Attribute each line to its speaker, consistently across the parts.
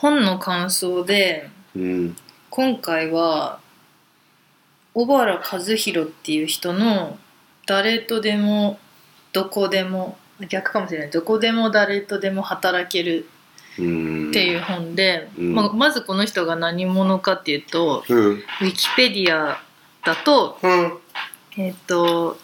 Speaker 1: 本の感想で
Speaker 2: うん
Speaker 1: 今回は小原和弘っていう人の「誰とでもどこでも」逆かもしれない「どこでも誰とでも働ける」
Speaker 2: うん
Speaker 1: っていう本で、
Speaker 2: うん
Speaker 1: ままずこの人が何者かっていうと
Speaker 2: うん
Speaker 1: ウィキペディアだと
Speaker 2: うん
Speaker 1: えっ、と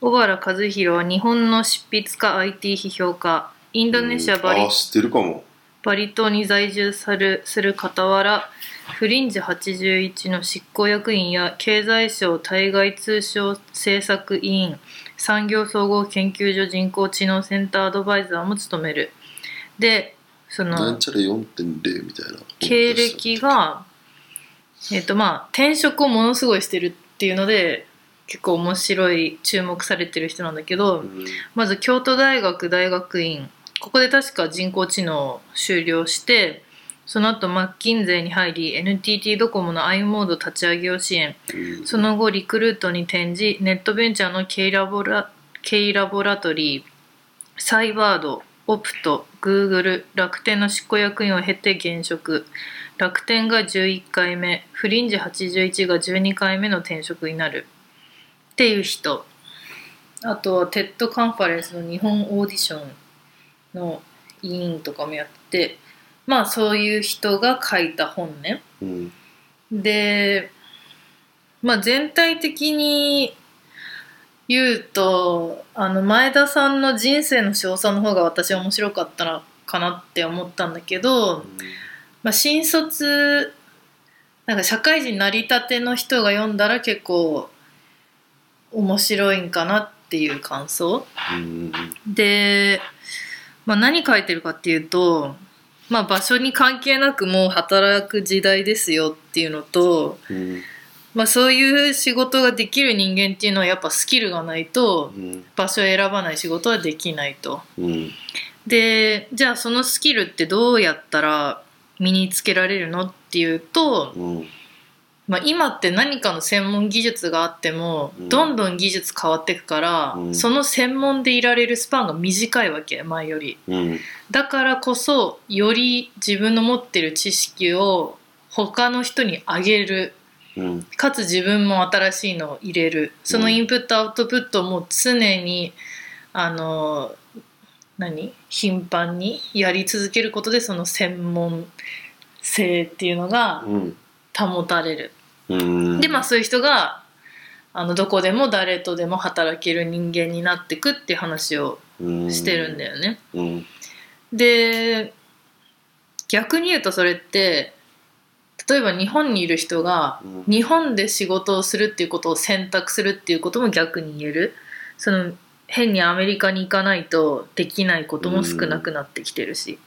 Speaker 1: 小原和弘は日本の執筆家 IT 批評家インドネシアバリ
Speaker 2: あ知ってるかも
Speaker 1: バリ島に在住するする傍らフリンジ81の執行役員や経済省対外通商政策委員産業総合研究所人工知能センターアドバイザーも務めるでそ
Speaker 2: な
Speaker 1: の
Speaker 2: んちゃら4.0みたいな
Speaker 1: 経歴がえっ、とまあ転職をものすごいしてるっていうので結構面白い注目されてる人なんだけど、
Speaker 2: うん
Speaker 1: まず京都大学大学院ここで確か人工知能を修了してその後マッキンゼーに入り NTT ドコモの i モード立ち上げを支援
Speaker 2: うん
Speaker 1: その後リクルートに転じネットベンチャーの K ラボラ K ラボラトリーサイバードオプトグーグル楽天の執行役員を経て現職楽天が11回目フリンジ81が12回目の転職になるっていう人あとは TED カンファレンスの日本オーディションの委員とかもやってまあそういう人が書いた本ね。
Speaker 2: うん
Speaker 1: で、まあ、全体的に言うとあの前田さんの人生の称賛の方が私は面白かったなかなって思ったんだけど、まあ、新卒なんか社会人なりたての人が読んだら結構面白いんかなっていう感想。
Speaker 2: うん
Speaker 1: で、まあ、何書いてるかっていうと、まあ、場所に関係なくもう働く時代ですよっていうのと
Speaker 2: うん
Speaker 1: まあ、そういう仕事ができる人間っていうのはやっぱスキルがないと
Speaker 2: うん
Speaker 1: 場所を選ばない仕事はできないと。
Speaker 2: うん
Speaker 1: でじゃあそのスキルってどうやったら身につけられるのっていうと、
Speaker 2: うん
Speaker 1: まあ、今って何かの専門技術があっても
Speaker 2: うん
Speaker 1: どんどん技術変わっていくから、
Speaker 2: うん
Speaker 1: その専門でいられるスパンが短いわけ前より。
Speaker 2: うん
Speaker 1: だからこそより自分の持ってる知識を他の人にあげる
Speaker 2: うん
Speaker 1: かつ自分も新しいのを入れるそのインプットアウトプットも常にあの何頻繁にやり続けることでその専門性っていうのが
Speaker 2: うん
Speaker 1: 保たれる、
Speaker 2: うん
Speaker 1: でまあそういう人があのどこでも誰とでも働ける人間になってくっていう話をしてるんだよね。
Speaker 2: うん
Speaker 1: で逆に言うとそれって例えば日本にいる人が
Speaker 2: うん
Speaker 1: 日本で仕事をするっていうことを選択するっていうことも逆に言えるその変にアメリカに行かないとできないことも少なくなってきてるし、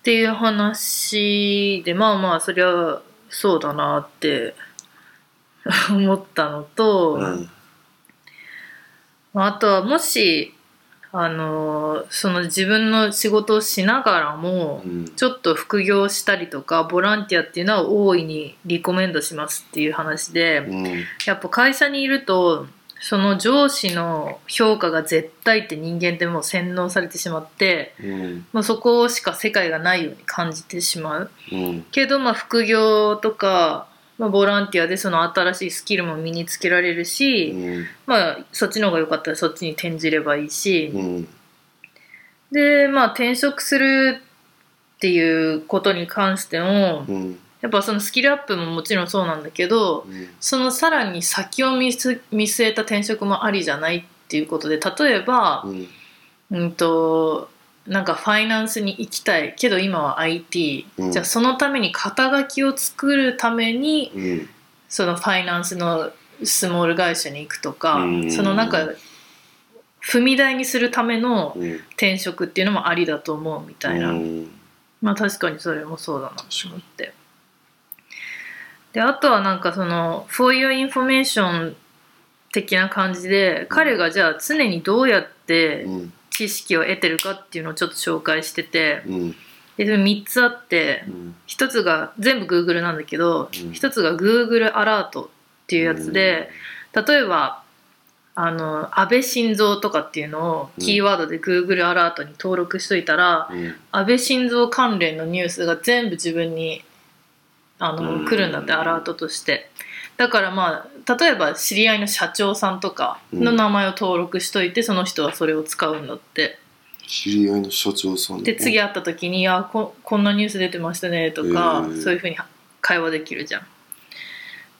Speaker 1: っていう話でまあまあそりゃそうだなって思ったのと、
Speaker 2: うん
Speaker 1: まああとはもし、あのーその自分の仕事をしながらも、
Speaker 2: うん
Speaker 1: ちょっと副業したりとかボランティアっていうのは大いにリコメンドしますっていう話で、
Speaker 2: うん
Speaker 1: やっぱ会社にいるとその上司の評価が絶対って人間ってもう洗脳されてしまって
Speaker 2: うん
Speaker 1: もうそこしか世界がないように感じてしまう
Speaker 2: うん
Speaker 1: けど、まあ、副業とか、まあ、ボランティアでその新しいスキルも身につけられるし、
Speaker 2: うん
Speaker 1: まあ、そっちの方が良かったらそっちに転じればいいし、
Speaker 2: うん
Speaker 1: で、まあ、転職するっていうことに関しても、
Speaker 2: うん
Speaker 1: やっぱそのスキルアップももちろんそうなんだけど、そのさらに先を見す見据えた転職もありじゃないっていうことで、例えば、
Speaker 2: うん
Speaker 1: うんと、なんかファイナンスに行きたいけど今は IT、
Speaker 2: うん
Speaker 1: じゃあそのために肩書きを作るために
Speaker 2: うん
Speaker 1: そのファイナンスのスモール会社に行くとか
Speaker 2: うん
Speaker 1: そのなんか踏み台にするための
Speaker 2: うんみ
Speaker 1: 転職っていうのもありだと思うみたいな、
Speaker 2: うん
Speaker 1: まあ確かにそれもそうだなと思ってであとはなんかその「For Your Information」的な感じで彼がじゃあ常にどうやって
Speaker 2: うん
Speaker 1: 知識を得てるかっていうのをちょっと紹介してて
Speaker 2: うん
Speaker 1: でそれ3つあって
Speaker 2: うん
Speaker 1: 一つが全部 Google なんだけど
Speaker 2: うん
Speaker 1: 一つが Google アラートっていうやつで、例えばあの安倍晋三とかっていうのを
Speaker 2: うん
Speaker 1: キーワードで Google アラートに登録しといたら、
Speaker 2: うん
Speaker 1: 安倍晋三関連のニュースが全部自分にあ
Speaker 2: う
Speaker 1: の
Speaker 2: ん
Speaker 1: 来るんだってアラートとしてだからまあ例えば知り合いの社長さんとかの名前を登録しといて、その人はそれを使うんだって
Speaker 2: 知り合いの社長さん
Speaker 1: で次
Speaker 2: は
Speaker 1: 会った時に「あここんなニュース出てましたね」とか、
Speaker 2: うん
Speaker 1: そういうふうに会話できるじゃん。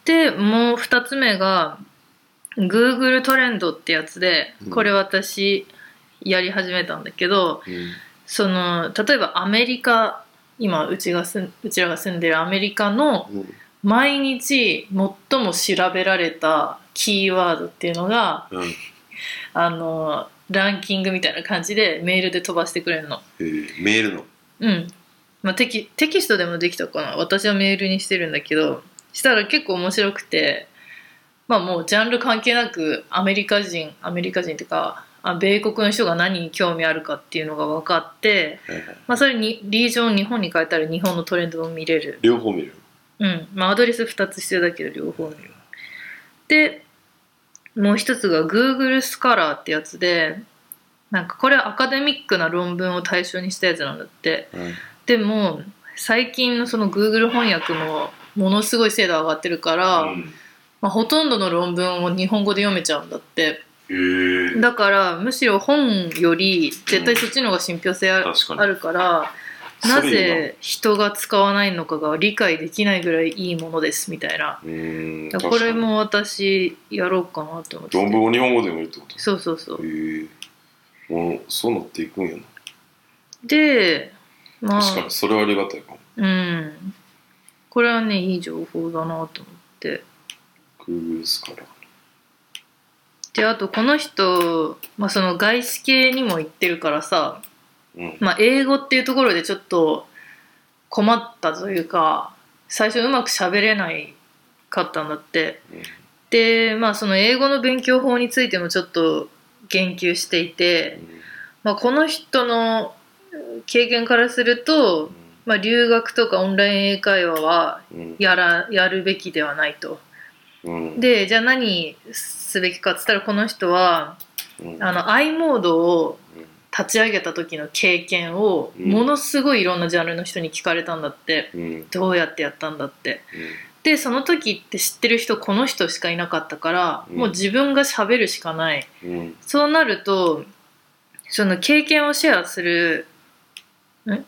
Speaker 1: でもう2つ目が Google トレンドってやつで
Speaker 2: うん
Speaker 1: これ私やり始めたんだけど、その例えばアメリカ今うちが住んうちらが住んでるアメリカの
Speaker 2: うんうん
Speaker 1: 毎日最も調べられたキーワードっていうのが
Speaker 2: うん
Speaker 1: あのランキングみたいな感じでメールで飛ばしてくれるの。
Speaker 2: えーメールの
Speaker 1: うんまあ、テキテキストでもできたかな私はメールにしてるんだけどしたら結構面白くてまあもうジャンル関係なくアメリカ人アメリカ人っていうかあ米国の人が何に興味あるかっていうのが分かって
Speaker 2: はいはい
Speaker 1: まあ、それにリージョンを日本に変えたら日本のトレンドも見れる、
Speaker 2: 両方見る
Speaker 1: うんまあ、アドレス2つ必要だけど両方見るでもう一つが Google スカラーってやつでなんかこれはアカデミックな論文を対象にしたやつなんだって
Speaker 2: はい
Speaker 1: でも最近のその Google 翻訳もものすごい精度上がってるから、
Speaker 2: うん
Speaker 1: まあ、ほとんどの論文を日本語で読めちゃうんだって
Speaker 2: えー
Speaker 1: だからむしろ本より絶対そっちの方が信憑性あ
Speaker 2: 確かに
Speaker 1: あるからな
Speaker 2: それいい
Speaker 1: ぜ人が使わないのかが理解できないぐらいいいものですみたいな
Speaker 2: うーん
Speaker 1: だから
Speaker 2: 確
Speaker 1: こ
Speaker 2: かに
Speaker 1: れも私やろうかなと思って
Speaker 2: 論文を日本語で読めるってこと
Speaker 1: そうそうそう
Speaker 2: へえもうそうなっていくんやな
Speaker 1: でまあ
Speaker 2: 確かにそれはありがたいかも
Speaker 1: うんこれはねいい情報だなと思って。
Speaker 2: Google スカラー
Speaker 1: であとこの人、まあ、その外資系にも行ってるからさ、
Speaker 2: うん
Speaker 1: まあ、英語っていうところでちょっと困ったというか最初うまく喋れないかったんだって
Speaker 2: うん
Speaker 1: でまあその英語の勉強法についてもちょっと言及していて、まあ、この人のうん経験からすると、まあ、留学とかオンライン英会話は
Speaker 2: うんうん
Speaker 1: やらやるべきではないと。
Speaker 2: うん
Speaker 1: でじゃあ何すべきかっつったらこの人は
Speaker 2: うん
Speaker 1: あの i モードを
Speaker 2: うん
Speaker 1: 立ち上げた時の経験を
Speaker 2: うん
Speaker 1: ものすごいいろんなジャンルの人に聞かれたんだって、
Speaker 2: うんうん
Speaker 1: どうやってやったんだってでその時って知ってる人この人しかいなかったから、
Speaker 2: うん
Speaker 1: もう自分が喋るしかない
Speaker 2: うん
Speaker 1: そうなるとその経験をシェアするん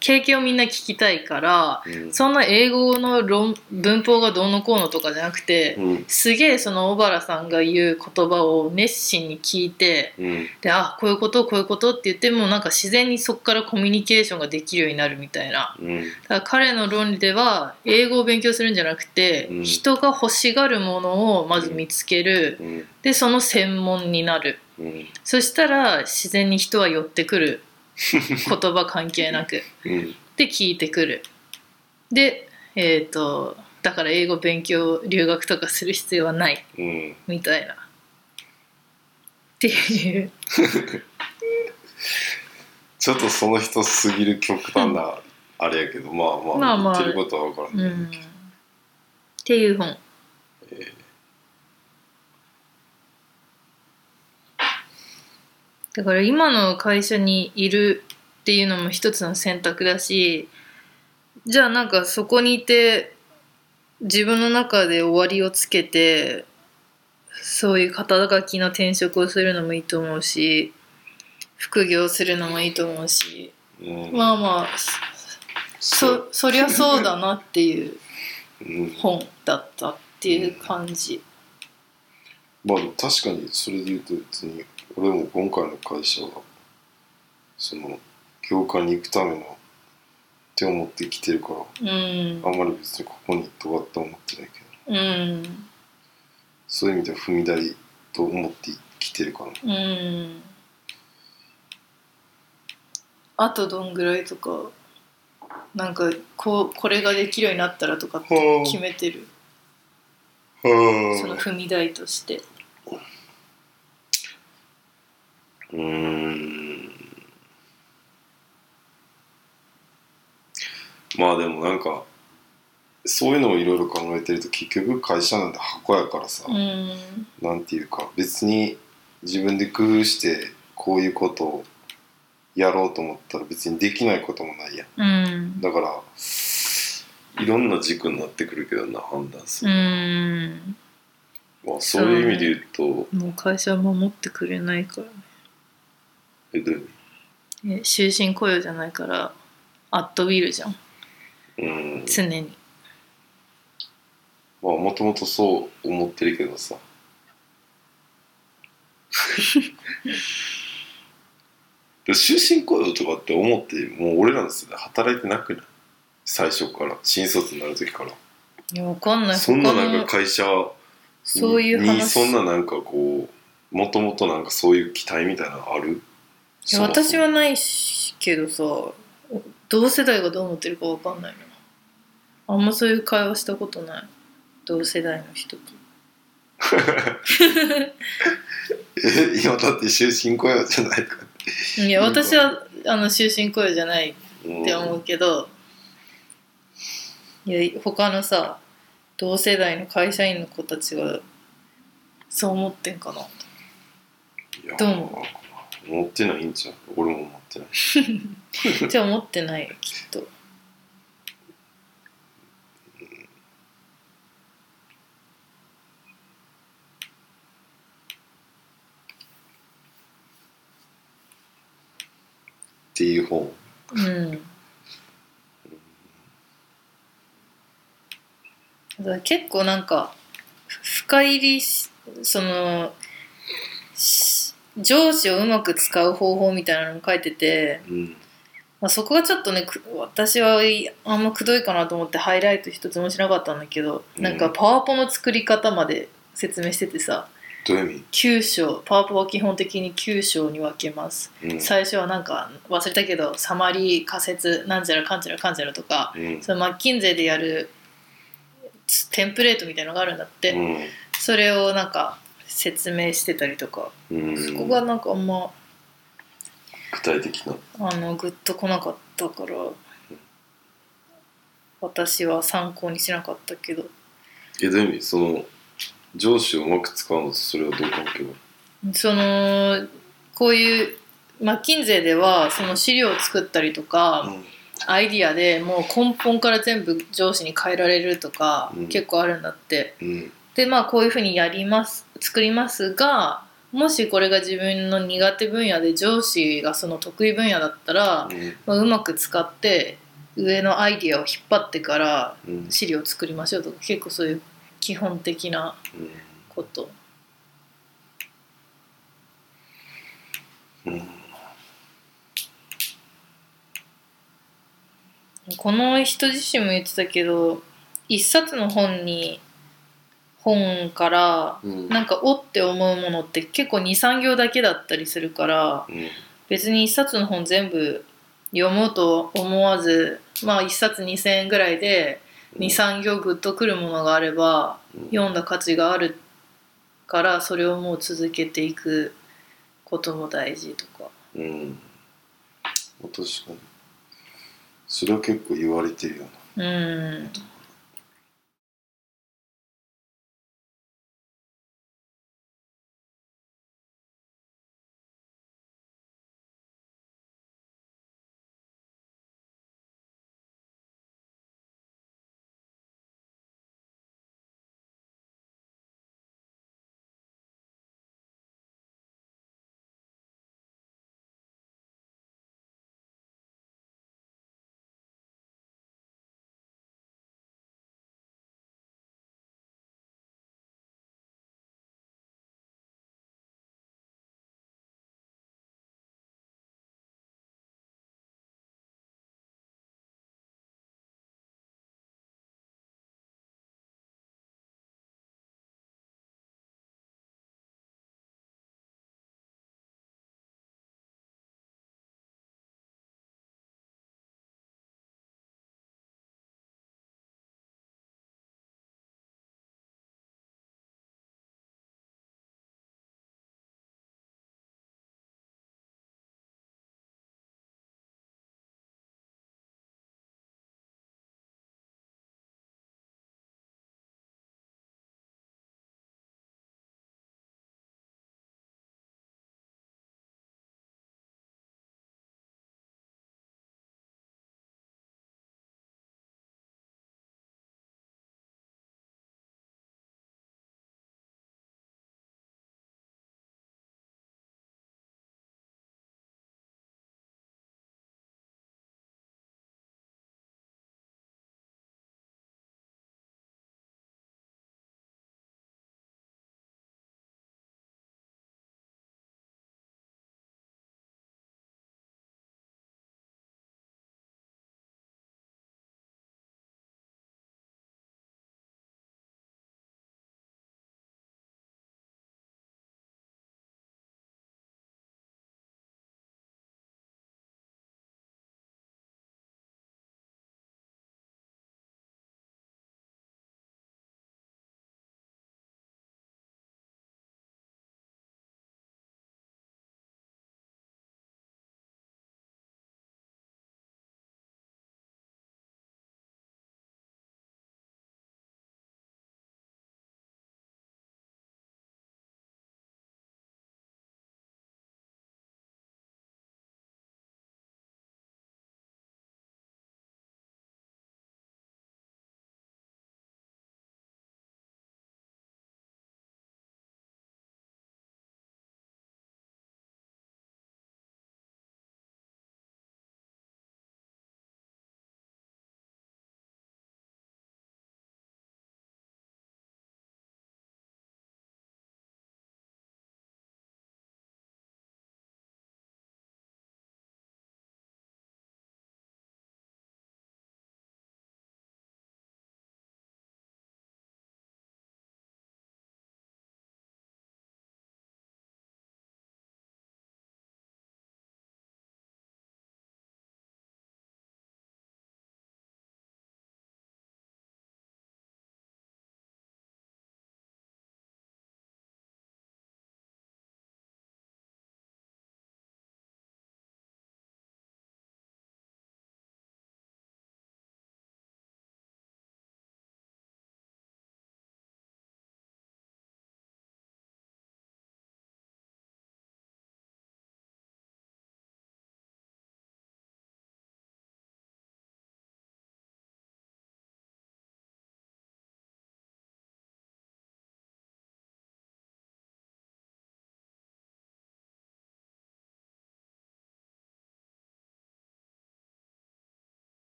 Speaker 1: 経験をみんな聞きたいから
Speaker 2: うん
Speaker 1: そんな英語の論文法がどうのこうのとかじゃなくて、
Speaker 2: うん
Speaker 1: すげえその小原さんが言う言葉を熱心に聞いて、
Speaker 2: うん
Speaker 1: であこういうことこういうことって言ってもなんか自然にそこからコミュニケーションができるようになるみたいな
Speaker 2: うん
Speaker 1: だから彼の論理では英語を勉強するんじゃなくて、
Speaker 2: うん
Speaker 1: 人が欲しがるものをまず見つける
Speaker 2: うん
Speaker 1: でその専門になる
Speaker 2: うん
Speaker 1: そしたら自然に人は寄ってくる言葉関係なく
Speaker 2: うん
Speaker 1: で聞いてくるでえっ、とだから英語勉強留学とかする必要はない
Speaker 2: うん
Speaker 1: みたいなっていう
Speaker 2: ちょっとその人すぎる極端なあれやけどまあまあ
Speaker 1: まあまあ
Speaker 2: 言ってることは分からん
Speaker 1: うんっていう本だから今の会社にいるっていうのも一つの選択だしじゃあなんかそこにいて自分の中で終わりをつけてそういう肩書きの転職をするのもいいと思うし副業するのもいいと思うし
Speaker 2: うん
Speaker 1: まあまあそそりゃそうだなっていう。
Speaker 2: うん
Speaker 1: 本だったっていう感じ、
Speaker 2: まあ確かにそれで言うと別に俺も今回の会社はその業界に行くためのって思ってきてるか
Speaker 1: う
Speaker 2: ら
Speaker 1: ん
Speaker 2: あんまり別にここにとかって思ってないけ
Speaker 1: う
Speaker 2: ど
Speaker 1: ん
Speaker 2: そういう意味では踏み台と思ってきてるかな
Speaker 1: うんあとどんぐらいとかなんかこうこれができるようになったらとかって
Speaker 2: はあ
Speaker 1: 決めてるその
Speaker 2: はあ
Speaker 1: 踏み台として
Speaker 2: うーんまあでもなんかそういうのをいろいろ考えてると結局会社なんて箱やからさ、
Speaker 1: うん
Speaker 2: なんていうか別に自分で工夫してこういうことをやろうと思ったら別にできないこともないやん
Speaker 1: うん
Speaker 2: だからいろんな軸になってくるけどな判断す
Speaker 1: う
Speaker 2: る、
Speaker 1: ん
Speaker 2: まあ、そういう意味で言うと
Speaker 1: もう会社は守ってくれないから
Speaker 2: えどういう
Speaker 1: ねえ終身雇用じゃないからアットウィルじゃん
Speaker 2: 意味うん
Speaker 1: 常に
Speaker 2: まあもともとそう思ってるけ どさで終身雇用とかって思ってもう俺らの世代働いてなくない最初から新卒になる時から
Speaker 1: いやわかんない
Speaker 2: そんななん
Speaker 1: 他
Speaker 2: か
Speaker 1: の
Speaker 2: 会社
Speaker 1: そういう
Speaker 2: に
Speaker 1: 話
Speaker 2: そんななんかこうもともとなんかそういう期待みたいなのある
Speaker 1: いや
Speaker 2: そもそも
Speaker 1: 私はないしけどさ同世代がどう思ってるかわかんないなあんまそういう会話したことない同世代の人と
Speaker 2: え 今だって終身雇用じゃないから
Speaker 1: いや
Speaker 2: うん
Speaker 1: 私はあの終身雇用じゃないって思うけど、いや他のさ同世代の会社員の子たちはそう思ってんかなどう思
Speaker 2: う持ってないんじゃん俺も持ってない
Speaker 1: じゃあ思ってないよきっと
Speaker 2: っていう本
Speaker 1: うんだから結構なんかふ深入りしそのし上司をうまく使う方法みたいなのも書いてて、
Speaker 2: うん
Speaker 1: まあ、そこがちょっとねく私はいあんまくどいかなと思ってハイライト一つもしなかったんだけど、
Speaker 2: うん
Speaker 1: なんかパワポの作り方まで説明しててさ
Speaker 2: どういう意
Speaker 1: 9章パワポは基本的に9章に分けます
Speaker 2: 味、うん、
Speaker 1: 最初はなんか忘れたけどサマリー仮説なんちゃらかんちゃらかんちゃらとか
Speaker 2: うん
Speaker 1: そのマッキンゼーでやるつテンプレートみたいのがあるんだって、
Speaker 2: うん
Speaker 1: それをなんか説明してたりとか、
Speaker 2: うん、
Speaker 1: そこがなんかあんま
Speaker 2: 具体的な
Speaker 1: あのグッと来なかったから私は参考にしなかったけど
Speaker 2: えどういう意味その上司をうまく使うのとそれはどう関係が
Speaker 1: そのこういうマッキンゼーではその資料を作ったりとか、
Speaker 2: ある
Speaker 1: アイディアでもう根本から全部上司に変えられるとか、
Speaker 2: うん
Speaker 1: 結構あるんだって
Speaker 2: うん、うん
Speaker 1: でまあこういうふうにやります作りますがもしこれが自分の苦手分野で上司がその得意分野だったら、まあ、うまく使って上のアイディアを引っ張ってから
Speaker 2: うんうん
Speaker 1: 資料を作りましょうとか結構そういう基本的なこと
Speaker 2: うん
Speaker 1: この人自身も言ってたけど一冊の本に本から
Speaker 2: うん
Speaker 1: なんかおって思うものって結構23行だけだったりするから
Speaker 2: うん
Speaker 1: 別に一冊の本全部読もうと思わずまあ一冊2,000円ぐらいで23行グッとくるものがあれば
Speaker 2: うん
Speaker 1: 読んだ価値があるからそれをもう続けていくことも大事とか。
Speaker 2: うん確かにそれは結構言われてるよ
Speaker 1: うん
Speaker 2: な